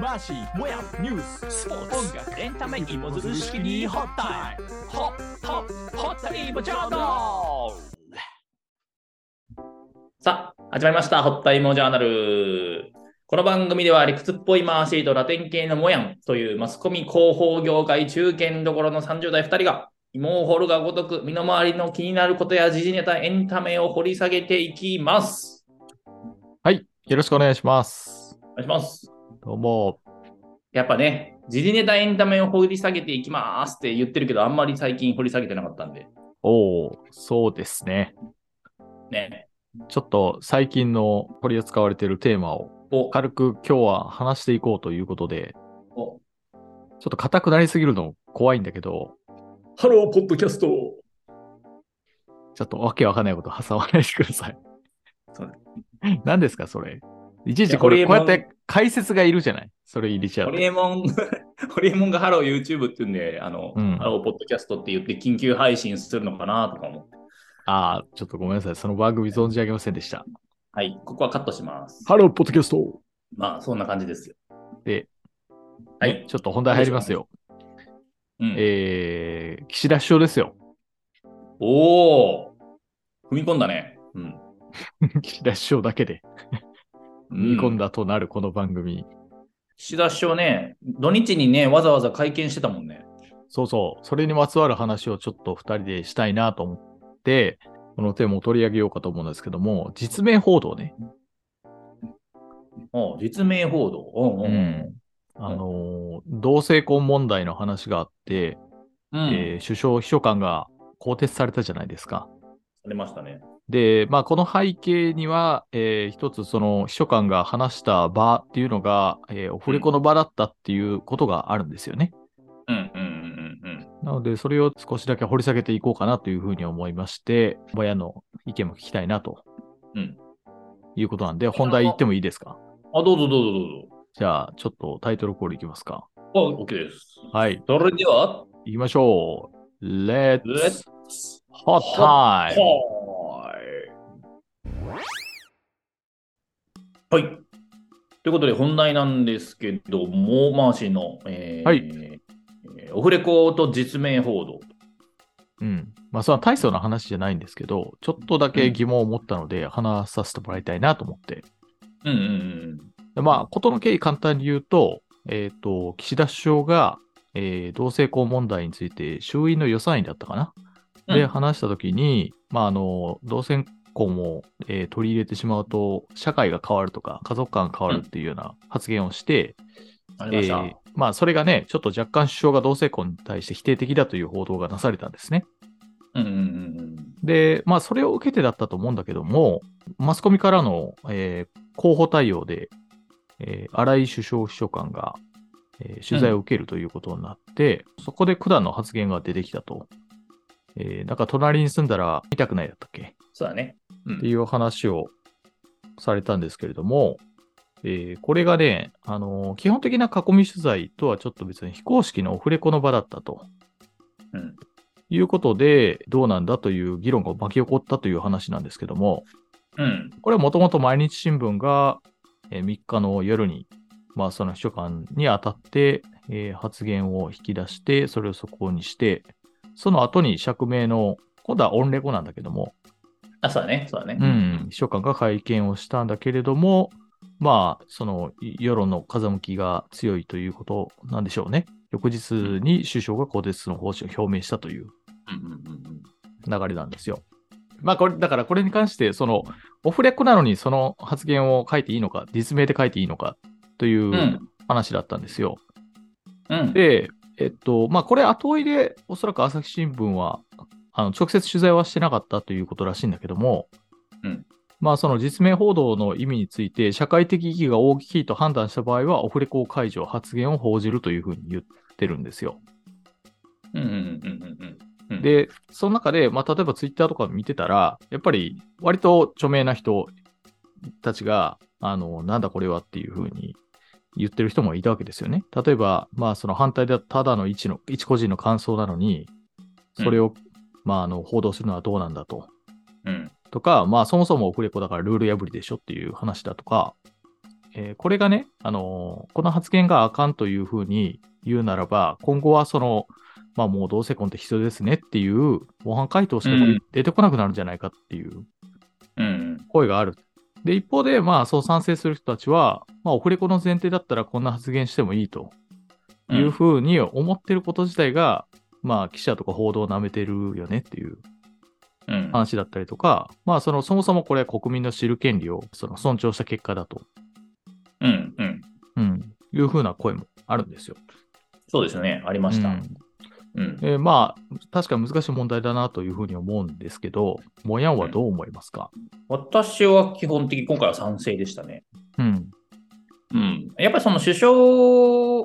マシモヤニューススポーツ音楽エンタメ芋づる式にホッタイムホッホッホッタイムチャンネルさあ、始まりました。ホッタイモジャーナル。この番組では理屈っぽい回しとラテン系のモヤンというマスコミ広報業界中堅どころの30代2人が芋を掘るがごとく身の回りの気になることや時事ネタ、エンタメを掘り下げていきます。はい、よろしくお願いします。お願いします。どうも。やっぱね、時事ネタエンタメを掘り下げていきますって言ってるけど、あんまり最近掘り下げてなかったんで、おお、そうですね。ね。ちょっと最近の取り扱われているテーマをお、軽く今日は話していこうということで、ちおょっと硬くなりすぎるの怖いんだけど、ハローポッドキャスト。ちょっとわけわかんないこと挟まないでくださいそう。 何ですか、それ。いちいいやちこれ、ホこリうエやっモンて解説がいるじゃないそれ入れちゃホうとリエモン、 ホリエモンがハロー YouTube っていうんで、あの、うんハローポッドキャストって言って緊急配信するのかなとか思って。ああ、ちょっとごめんなさい。その番組存じ上げませんでした。はい、ここはカットします。ハロー、ポッドキャスト。まあ、そんな感じですよ。で、はい。ちょっと本題入りますよ。うん、えー、岸田首相ですよ。 おお踏み込んだね。うん。岸田首相だけで踏見込ん。だとなるこの番組、岸田首相ね、土日にね、わざわざ会見してたもんね。そうそうそれにまつわる話をちょっと2人でしたいなと思ってこのテーマを取り上げようかと思うんですけども実名報道ね、おう実名報道。おうおうあのー同性婚問題の話があって、うん。えー首相秘書官が更迭されたじゃないですかされましたね。で、まあ、この背景には、えー一つその秘書官が話した場っていうのが、えーオフレコの場だったっていうことがあるんですよね、うんうんうんうんなので、それを少しだけ掘り下げていこうかなというふうに思いまして、ぼやの意見も聞きたいなと、うんいうことなんで、本題言ってもいいですかうん。あ、どうぞどうぞどうぞ。じゃあ、ちょっとタイトルコールいきますか。あ、OK です。はい、それでは、いきましょう。Let's Let's Hot Time! はい。はい。ということで、本題なんですけども、マーシーの、えーはいえーオフレコと実名報道。うん。まあ、それは大層な話じゃないんですけど、ちょっとだけ疑問を持ったので、話させてもらいたいなと思って。うんうんでまあ、事の経緯簡単に言うと、えっ、と、岸田首相が、えー同性婚問題について、衆院の予算委員だったかなうん。でうん話した時に、まあ、あの同性婚を、えー取り入れてしまうと社会が変わるとか家族観が変わるっていうような発言をして、ありましえた。ーまあ、それがねちょっと若干首相が同性婚に対して否定的だという報道がなされたんですね。うんうんうんで、まあ、それを受けてだったと思うんだけどもマスコミからの、えー候補対応で、えー荒井首相秘書官が、えー取材を受けるということになって、そこで九段の発言が出てきたと。えーなんか隣に住んだら見たくないだったっけそうだね。うんっていう話をされたんですけれども、えーこれがね、あのー基本的な囲み取材とはちょっと別に非公式のオフレコの場だったとうんいうことで、どうなんだという議論が巻き起こったという話なんですけども、うんこれはもともと毎日新聞が、え3日の夜に、まあ、その秘書官に当たって、えー発言を引き出して、それを速報にして、その後に釈明の、今度はオンレコなんだけども、あ、そうだね。そうだね。うん、秘書官が会見をしたんだけれども、まあ、そのい世論の風向きが強いということなんでしょうね。翌日に首相が更迭の方針を表明したといううんうんうんうん流れなんですよ。まあ、これ、だからこれに関して、その、オフレコなのにその発言を書いていいのか、実名で書いていいのかというんう話だったんですよ。うんで、えっと、まあ、これ後追いで、おそらく朝日新聞は、あの直接取材はしてなかったということらしいんだけども、うんまあ、その実名報道の意味について、社会的意義が大きいと判断した場合は、オフレコを解除、発言を報じるというふうに言ってるんですよ。うんうんうんうんうんうん、で、その中で、まあ、例えばツイッターとか見てたら、やっぱり割と著名な人たちが、あの、なんだこれはっていうふうに言ってる人もいたわけですよね。例えば、まあ、その反対ではただの一の、一個人の感想なのに、それを、まあ、あの、報道するのはどうなんだと。うんとか、まあ、そもそもオフレコだからルール破りでしょっていう話だとか、えーこれがね、あのーこの発言があかんというふうに言うならば、今後はその、まあもう同性婚って必要ですねっていう模範回答しうんか出てこなくなるんじゃないかっていううん。声がある。で、一方で、まあそう賛成する人たちは、まあオフレコの前提だったらこんな発言してもいいとうんいうふうに思ってること自体が、まあ記者とか報道を舐めてるよねっていううん。話だったりとか、まあそのそもそもこれ国民の知る権利をその尊重した結果だと、うん。うん。うん、いうふうな声もあるんですよ。そうですね。ありました。ううんん。えーまあ、確かに難しい問題だなというふうに思うんですけど、もやんはどう思いますか、私は基本的に今回は賛成でしたね。うん、うん。やっぱりその首相、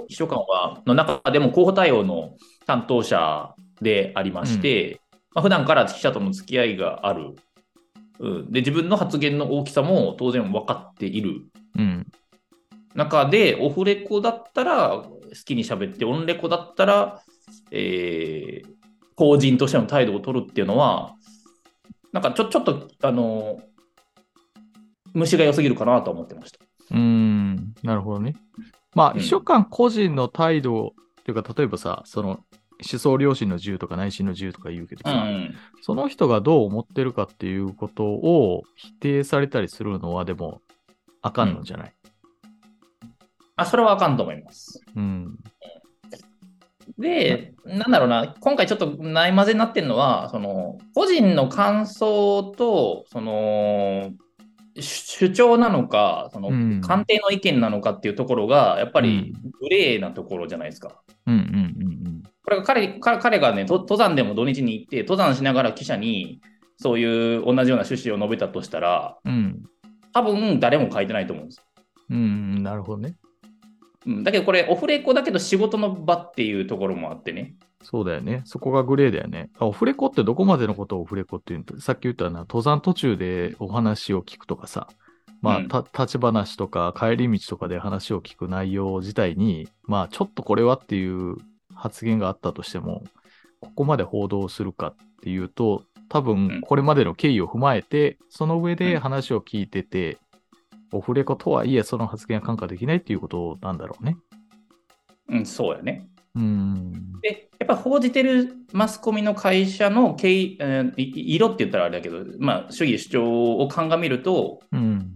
秘書官は、の中でも候補対応の担当者でありまして、まあ、普段から記者との付き合いがある。うん、で自分の発言の大きさも当然分かっているうん、中で、オフレコだったら好きに喋って、オンレコだったら、えー公人としての態度を取るっていうのは、なんかちょちょっと、あの虫が良すぎるかなと思ってました。うん、なるほどね。まうあ、ん秘書官個人の態度というか、例えばさ、その思想良心の自由とか内心の自由とか言うけどさ、その人がどう思ってるかっていうことを否定されたりするのは、でも、あかんのじゃない、あそれはあかんと思います。うんで、なんだろうな、今回ちょっとない混ぜになってるのは、その個人の感想と、その主主張なのか、そのうん官邸の意見なのかっていうところが、やっぱりうグレーなところじゃないですか。うんうんこれが彼彼彼がね、と登山でも土日に行って、登山しながら記者に、そういう同じような趣旨を述べたとしたら、うんうん。うん多分誰も書いてないと思うんです。うん、なるほどね。うん、だけどこれ、オフレコだけど仕事の場っていうところもあってね。そうだよね。そこがグレーだよね。あオフレコってどこまでのことをオフレコっていうんださっき言ったな、登山途中でお話を聞くとかさ、まあ、うんた立ち話とか帰り道とかで話を聞く内容自体に、まあ、ちょっとこれはっていう発言があったとしても、ここまで報道するかっていうと、多う分んこれまでの経緯を踏まえて、その上でうん話を聞いてて、オフレコとはいえ、その発言は感化できないっていうことなんだろうね。うん、そうやね。うん。で、やっぱ報じてるマスコミの会社の経営、えーい色って言ったらあれだけど、まあ、主義主張を鑑みると、うん。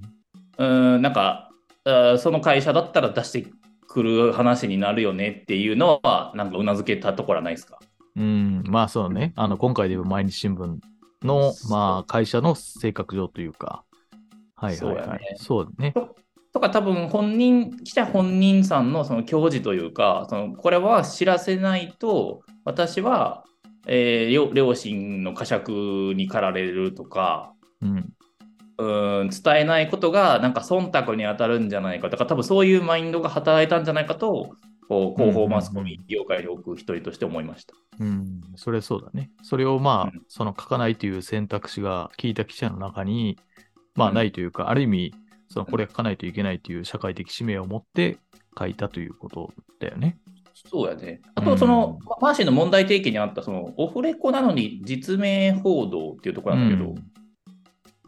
うーん、なんか、あーその会社だったら出してくる話になるよねっていうのは、なんかうなずけたところはないですか。うん、まあそうね。あの、今回で言う毎日新聞の、まあ会社の性格上というか。はいはいそうはだいね。そうね。とか多分本人記者本人さんのその教示というかそのこれは知らせないと私は、えー両両親の呵責に駆られるとかうん。うーん伝えないことがなんか忖度に当たるんじゃないかとか多分そういうマインドが働いたんじゃないかとこう広報マスコミ業界に置く一人として思いました。うん、それそうだね。それをまあ、うんその書かないという選択肢が聞いた記者の中に、まあうんないというか、ある意味、そのこれ書かないといけないという社会的使命を持って書いたということだよね。そうやね。あと、その、うマーシーの問題提起にあった、その、オフレコなのに実名報道っていうところなんだけど、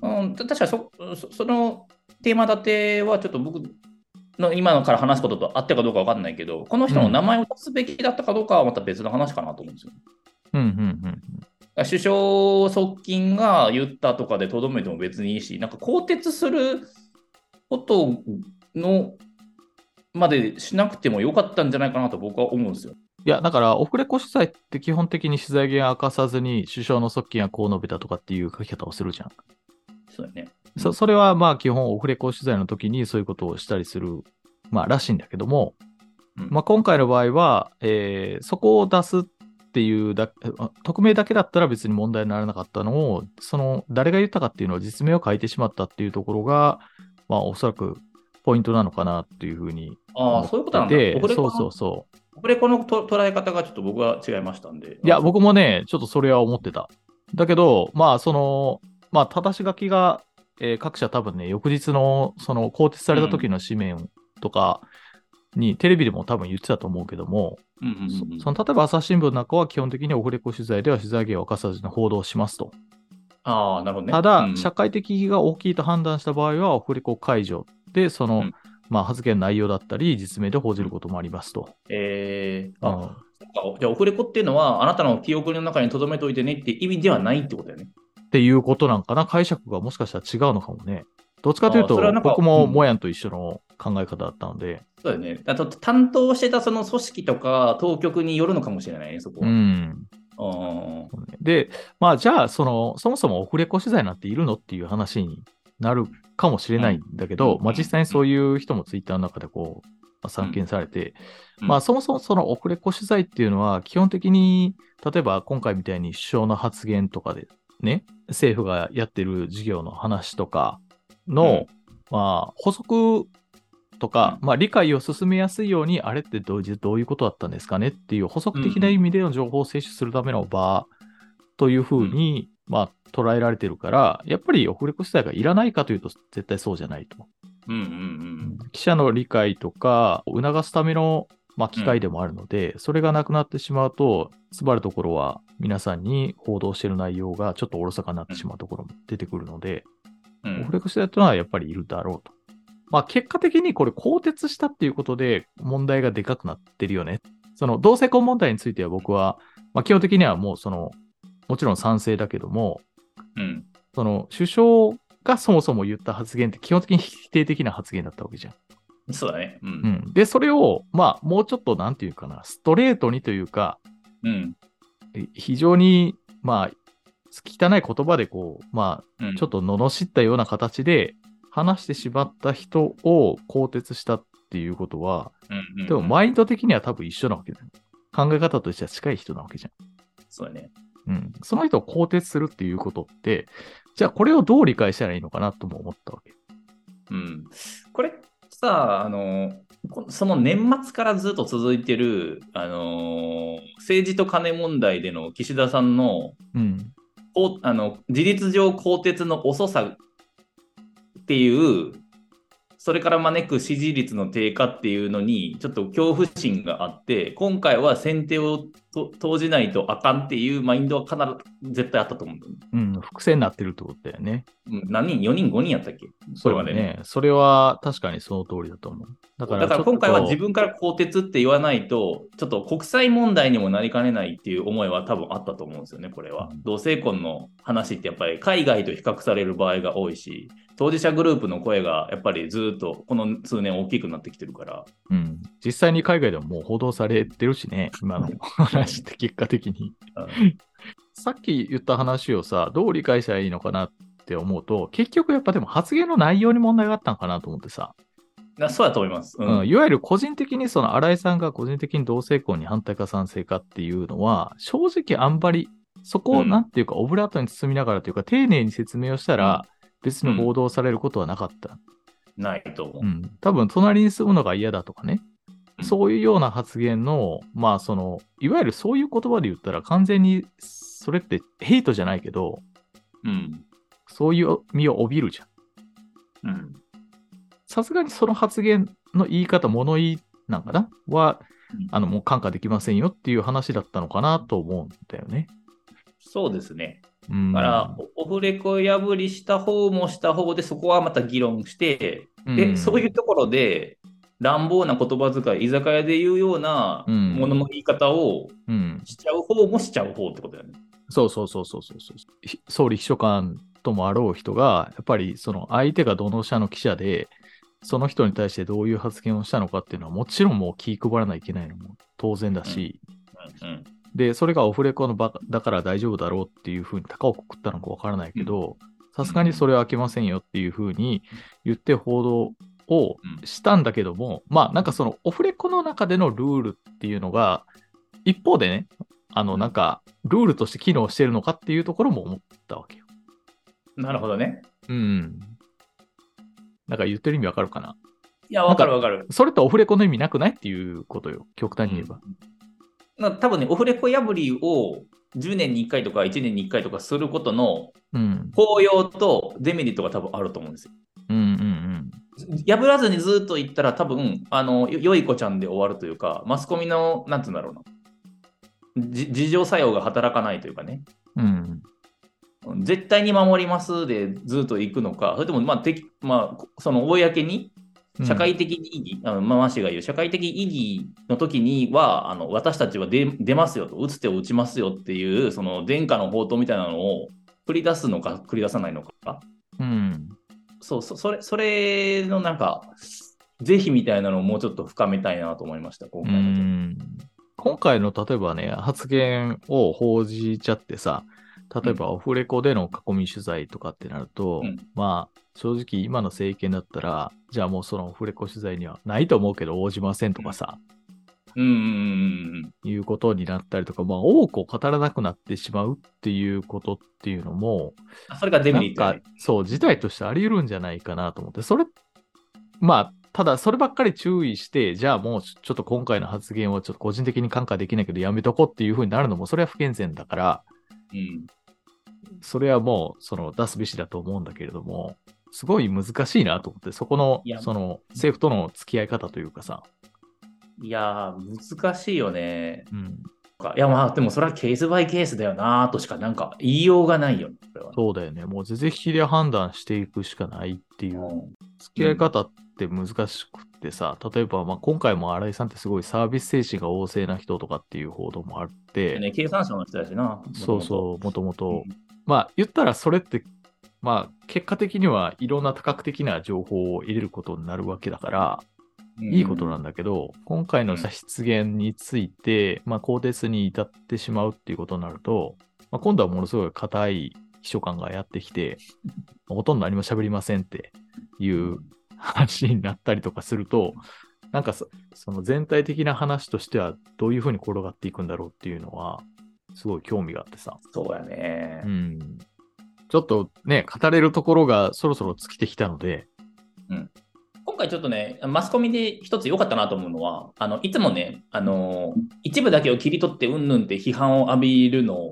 うん、確かそそそのテーマ立てはちょっと僕の今から話すことと合ってるかどうか分かんないけど、この人の名前を出すべきだったかどうかはまた別の話かなと思うんですよ。うんうん首相側近が言ったとかでとどめても別にいいし、なんか更迭することのまでしなくてもよかったんじゃないかなと僕は思うんですよ。いや、だから、オフレコ取材って基本的に取材源を明かさずに、首相の側近はこう述べたとかっていう書き方をするじゃん。そうだよね。そそれはまあ基本オフレコ取材の時にそういうことをしたりする、まあ、らしいんだけども、うんまあ、今回の場合は、えーそこを出すっていうだあ匿名だけだったら別に問題にならなかったのをその誰が言ったかっていうのを実名を書いてしまったっていうところが、まあ、おそらくポイントなのかなっていうふうにああ、そういうことなんだ。でオフレそコうそうのそうオフレコのと捉え方がちょっと僕は違いましたんで。いや、僕もね、ちょっとそれは思ってた。だけど、まあ、その、まあ、正し書きが、えー各社多分ね、翌日の、その、更迭された時の紙面とかに、テレビでも多分言ってたと思うけども、うんうんうんうんそその、例えば朝日新聞なんかは基本的にオフレコ取材では取材源を明かさずに報道しますと。ああ、なるほどね。ただ、うん社会的意義が大きいと判断した場合は、オフレコ解除で、その、うんまあ、発言内容だったり、実名で報じることもありますと。えー、うあ、んそうかじゃあオフレコっていうのは、あなたの記憶の中に留めておいてねって意味ではないってことだよね。っていうことなんかな、解釈がもしかしたら違うのかもね。どっちかというあーとそれはなん、か僕もうんもやんと一緒の考え方だったので、そうだよね。あと担当してたその組織とか当局によるのかもしれないね、そこうは。ん、うんで、まあ、じゃあその、そもそもオフレコ取材なんているのっていう話になるかもしれないんだけど、うんまあ、実際にそういう人もツイッターの中でこう、まあ散見されて、うんまあ、そもそもそのオフレコ取材っていうのは、基本的に、例えば今回みたいに首相の発言とかで、ね、政府がやってる事業の話とかの、まあ、補足とか、まあ、理解を進めやすいように、あれってどういうどういうことだったんですかねっていう補足的な意味での情報を摂取するための場というふうに、まあ、捉えられてるから、やっぱりオフレコ自体がいらないかというと、絶対そうじゃないと。うんうん記者の理解とか、促すための、まあ、機会でもあるので、それがなくなってしまうと、つばるところは、皆さんに報道している内容がちょっとおろそかになってしまうところも出てくるので、うんうオフん。レコしてたのはやっぱりいるだろうと。まあ結果的にこれ更迭したっていうことで問題がでかくなってるよね。その同性婚問題については僕は、まあ基本的にはもうその、もちろん賛成だけども、うんその首相がそもそも言った発言って基本的に否定的な発言だったわけじゃん。そうだね。う。うんん。で、それを、まあもうちょっとなんていうかな、ストレートにというか、うん。非常に、まあ、汚い言葉でこう、まあうん。ちょっと罵ったような形で話してしまった人を更迭したっていうことは、うんうんうんでもマインド的には多分一緒なわけだよ。考え方としては近い人なわけじそうだね。ゃん。うん。その人を更迭するっていうことって、じゃあこれをどう理解したらいいのかなとも思ったわけ。うん。これさ、あの、こその年末からずっと続いてる、あのー政治と金問題での岸田さんのうん。おあの事実上更迭の遅さっていうそれから招く支持率の低下っていうのにちょっと恐怖心があって今回は先手をと投じないとあかんっていうマインドは必ず絶対あったと思うんだよねうん。伏線になってるってことだよね。うん何人 ?4 人 ?5 人やったっけそれはね。それは確かにその通りだと思う。だからだから今回はちょっと自分から更迭って言わないと、ちょっと国際問題にもなりかねないっていう思いは多分あったと思うんですよね、これはう。ん同性婚の話ってやっぱり海外と比較される場合が多いし、当事者グループの声がやっぱりずっとこの数年大きくなってきてるから、うん。実際に海外でももう報道されてるしね、今の話って結果的にう。さっき言った話をさ、どう理解したらいいのかなって思うと、結局やっぱでも発言の内容に問題があったのかなと思ってさ、なそうだと思います。ううんん。いわゆる個人的にその新井さんが個人的に同性婚に反対か賛成かっていうのは、正直あんまりそこをうんなんていうかオブラートに包みながらというか、丁寧に説明をしたら、別に報道されることはなかった。ないと思うう。ん、多分隣に住むのが嫌だとかね、うんそういうような発言の、まあその、いわゆるそういう言葉で言ったら完全にそれってヘイトじゃないけど、うん。そういう身を帯びるじゃん。うん。さすがにその発言の言い方、物言いなんかなはうん、あの、もう感化できませんよっていう話だったのかなと思うんだよね。そうですね。うん。だから、オフレコ破りした方もした方で、そこはまた議論して、うん、で、そういうところで、乱暴な言葉遣い、居酒屋で言うようなうんものの言い方をうん。しちゃう方もしちゃう方ってことだよね。そうそうそうそうそうそう。ひ総理秘書官ともあろう人が、やっぱりその相手がどの社の記者で、その人に対してどういう発言をしたのかっていうのは、もちろんもう気配らないといけないのも当然だし、うんで、それがオフレコの場だから大丈夫だろうっていうふうに高をくくったのかわからないけど、さすがにそれは開けませんよっていうふうに言って報道をしたんだけども、まあなんかそのオフレコの中でのルールっていうのが、一方でね、あのなんかルールとして機能してるのかっていうところも思ったわけよ。うん。なるほどね。うん。なんか言ってる意味わかるかないや、わかるわかる。それとオフレコの意味なくないっていうことよ、極端に言えば。な多分ね、オフレコ破りを10年に1回とか1年に1回とかすることのうん。効用とデメリットが多分あると思うんですよ。うんうん破らずにずっと言ったら多分、あの、よよい子ちゃんで終わるというか、マスコミの、なんつうんだろうな。じ自浄作用が働かないというかね。うん。うん。うん絶対に守りますでずっと行くのか、それともまあてき、まあ、こその公にうん社会的意義、あのまあ、マーシーが言う、社会的意義の時には、あの私たちは出出ますよと、打つ手を打ちますよっていう、その殿下の宝刀みたいなのを繰り出すのか、繰り出さないのか、うん。そうそそれそれのなんか、是非みたいなのをもうちょっと深めたいなと思いました、今う回の件。ん今回の例えばね、発言を報じちゃってさ、例えばオフレコでの囲み取材とかってなると、うんまあ正直今の政権だったら、じゃあもうそのオフレコ取材にはないと思うけど応じませんとかさ、うんうんうんいうことになったりとか、まあ多くを語らなくなってしまうっていうことっていうのも、あそれがデメリットなやんね、かそう、事態としてあり得るんじゃないかなと思って、それ、まあ、ただそればっかり注意して、じゃあもうちょちょっと今回の発言をちょっと個人的に感化できないけどやめとこうっていうふうになるのも、それは不健全だから、うんそれはもうその出すべしだと思うんだけれども、すごい難しいなと思って、そこのいやその政府との付き合い方というかさ、いやー、難しいよね。うん、いや、まあ、でもそれはケースバイケースだよなとしか、なんか言いようがないよね、これは。そうだよね、もう是々非々で判断していくしかないっていううん付き合い方って難しくってさ、例えば、まあ、今回も新井さんってすごいサービス精神が旺盛な人とかっていう報道もあって、ね、経産省の人だしな。そうそう、もともとう。まあ、言ったらそれって、まあ、結果的にはいろんな多角的な情報を入れることになるわけだから、ういいことなんんだけど、今回のさ失言について、まあ、更迭に至ってしまうっていうことになると、まあ、今度はものすごい硬い秘書官がやってき て、ほとんど何も喋りませんっていう話になったりとかすると、なんかそその全体的な話としてはどういうふうに転がっていくんだろうっていうのは、すごい興味があってさ。そうやねう。んちょっとね、語れるところがそろそろ尽きてきたので、今回ちょっとね、マスコミで一つ良かったなと思うのは、あのいつもね、あの一部だけを切り取ってうんぬんって批判を浴びるの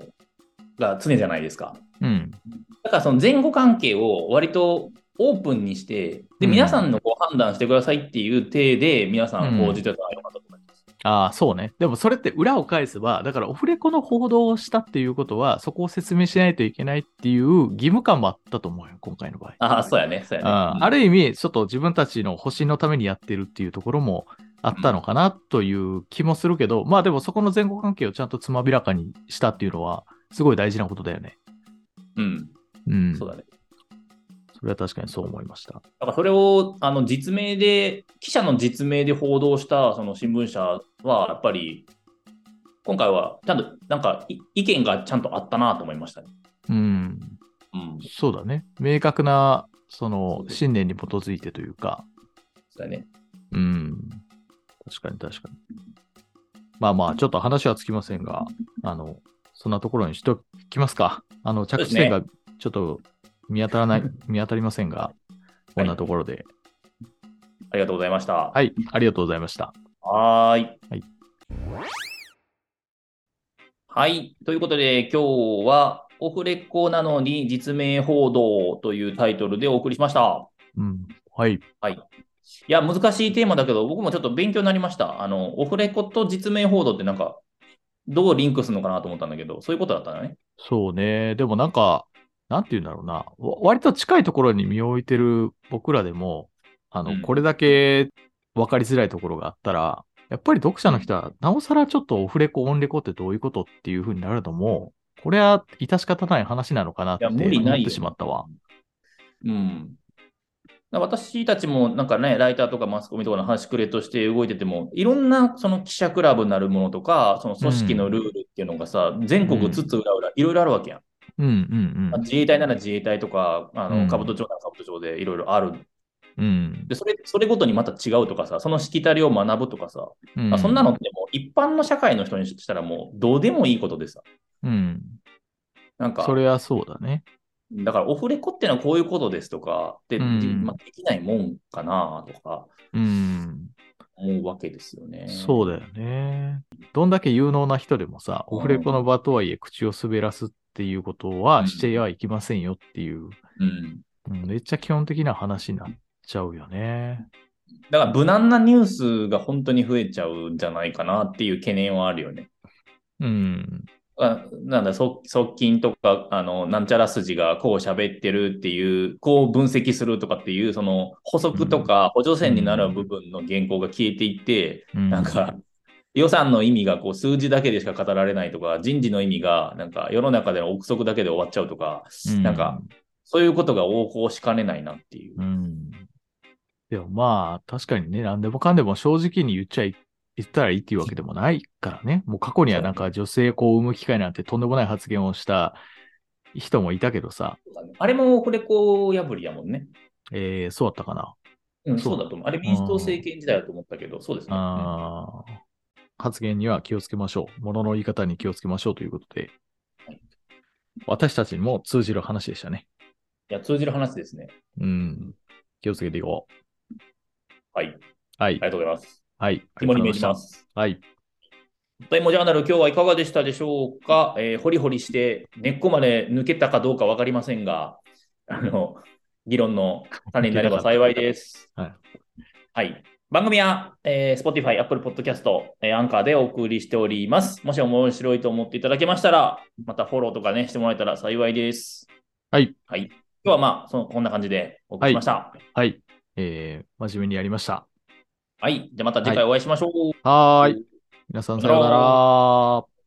が常じゃないですか。うん、だからその前後関係を割とオープンにして、うでん皆さんのご判断してくださいっていう体で、皆さん報じてたらよかったと思います。ああ、そうね。でもそれって裏を返せば、だからオフレコの報道をしたっていうことは、そこを説明しないといけないっていう義務感もあったと思うよ、今回の場合。ああ、そうやね、そうやね。あある意味、ちょっと自分たちの保身のためにやってるっていうところもあったのかなという気もするけど、まあでもそこの前後関係をちゃんとつまびらかにしたっていうのは、すごい大事なことだよね。うん、うん。そうそだね。れは確かにそう思いました。だからそれをあの実名で、記者の実名で報道したその新聞社は、やっぱり今回はちゃんとなんかい意見がちゃんとあったなと思いましたね。うん。うん、そうだね。明確な、そそのう、です信念に基づいてというか、そうだね。うん。確かに確かに。まあまあ、ちょっと話はつきませんが、あの、そんなところにしときますか。あの、着地点がちょっと見当たらない、見当たりませんが、こんなところで。ありがとうございました。ははい、ありがとうございました。はーい。はい。はい。ということで、今日は、オフレコなのに実名報道というタイトルでお送りしました。うん。はい。いや、難しいテーマだけど、僕もちょっと勉強になりました。あの、オフレコと実名報道ってなんか、どうリンクするのかなと思ったんだけど、そういうことだったんだね。そうね。でもなんか、なんて言うんだろうな。わ割と近いところに身を置いてる僕らでも、あの、うんこれだけ分かりづらいところがあったら、やっぱり読者の人は、なおさらちょっとオフレコ、オンレコってどういうことっていう風になるのも、これは致し方ない話なのかなっていや思無理ないよってしまったわ。うん。だから私たちもなんかね、ライターとかマスコミとかの端くれとして動いてても、いろんなその記者クラブなるものとか、その組織のルールっていうのがさ、全国つつ裏裏いろいろあるわけやん。うんうんまあ自衛隊なら自衛隊とか、あうんの、兜町なら兜町でいろいろある。うん。うんで、それ、それごとにまた違うとかさ、そのしきたりを学ぶとかさ、うまあ、そんなのっ、てもう一般の社会の人にしたらもうどうでもいいことでさ、うん。なんか、それはそうだね。だからオフレコってのはこういうことですとかって、うんまあ、できないもんかなとかうん。思うわけですよね。そうだよね。どんだけ有能な人でもさ、うんオフレコの場とはいえ口を滑らすっていうことはしてはいけませんよっていう、うん。うんめっちゃ基本的な話になっちゃうよね。だから無難なニュースが本当に増えちゃうんじゃないかなっていう懸念はあるよね。うん。あなんだ、側側近とか、あの、なんちゃら筋がこう喋ってるっていう、こう分析するとかっていう、その補足とか補助線になる部分の原稿が消えていって、なんか、予算の意味がこう数字だけでしか語られないとか、人事の意味がなんか世の中での憶測だけで終わっちゃうとか、うんなんか、そういうことが横行しかねないなっていう。うん。でもまあ、確かにね、何でもかんでも正直に言っちゃい、言ったらいいっていうわけでもないからね。もう過去にはなんか女性を産む機会なんてとんでもない発言をした人もいたけどさ、あれもこれこう破りやもんね。えー、そうだったかな。うん、そうそうだと思う。あれ民主党政権時代だと思ったけど、そうですね。あー発言には気をつけましょう。物の言い方に気をつけましょうということではい、私たちにも通じる話でしたね。いや、通じる話ですね。うん。気をつけていこう。はい。あはい。りがとうございます。はい。。肝に銘じますす。はい。大文字アナル、今日はいかがでしたでしょうか、えー、ほりほりして、根っこまで抜けたかどうかわかりませんが、あの、議論の種になれば幸いです。はいはい。番組は、えー、Spotify、Apple Podcast、えー、アンカーでお送りしております。もし面白いと思っていただけましたら、またフォローとかね、してもらえたら幸いです。はい。はい。今日はまあ、そのこんな感じでお送りしました。はい。えー、真面目にやりました。はい。じゃあまた次回お会いしましょう。はーい。皆さんさようなさよら。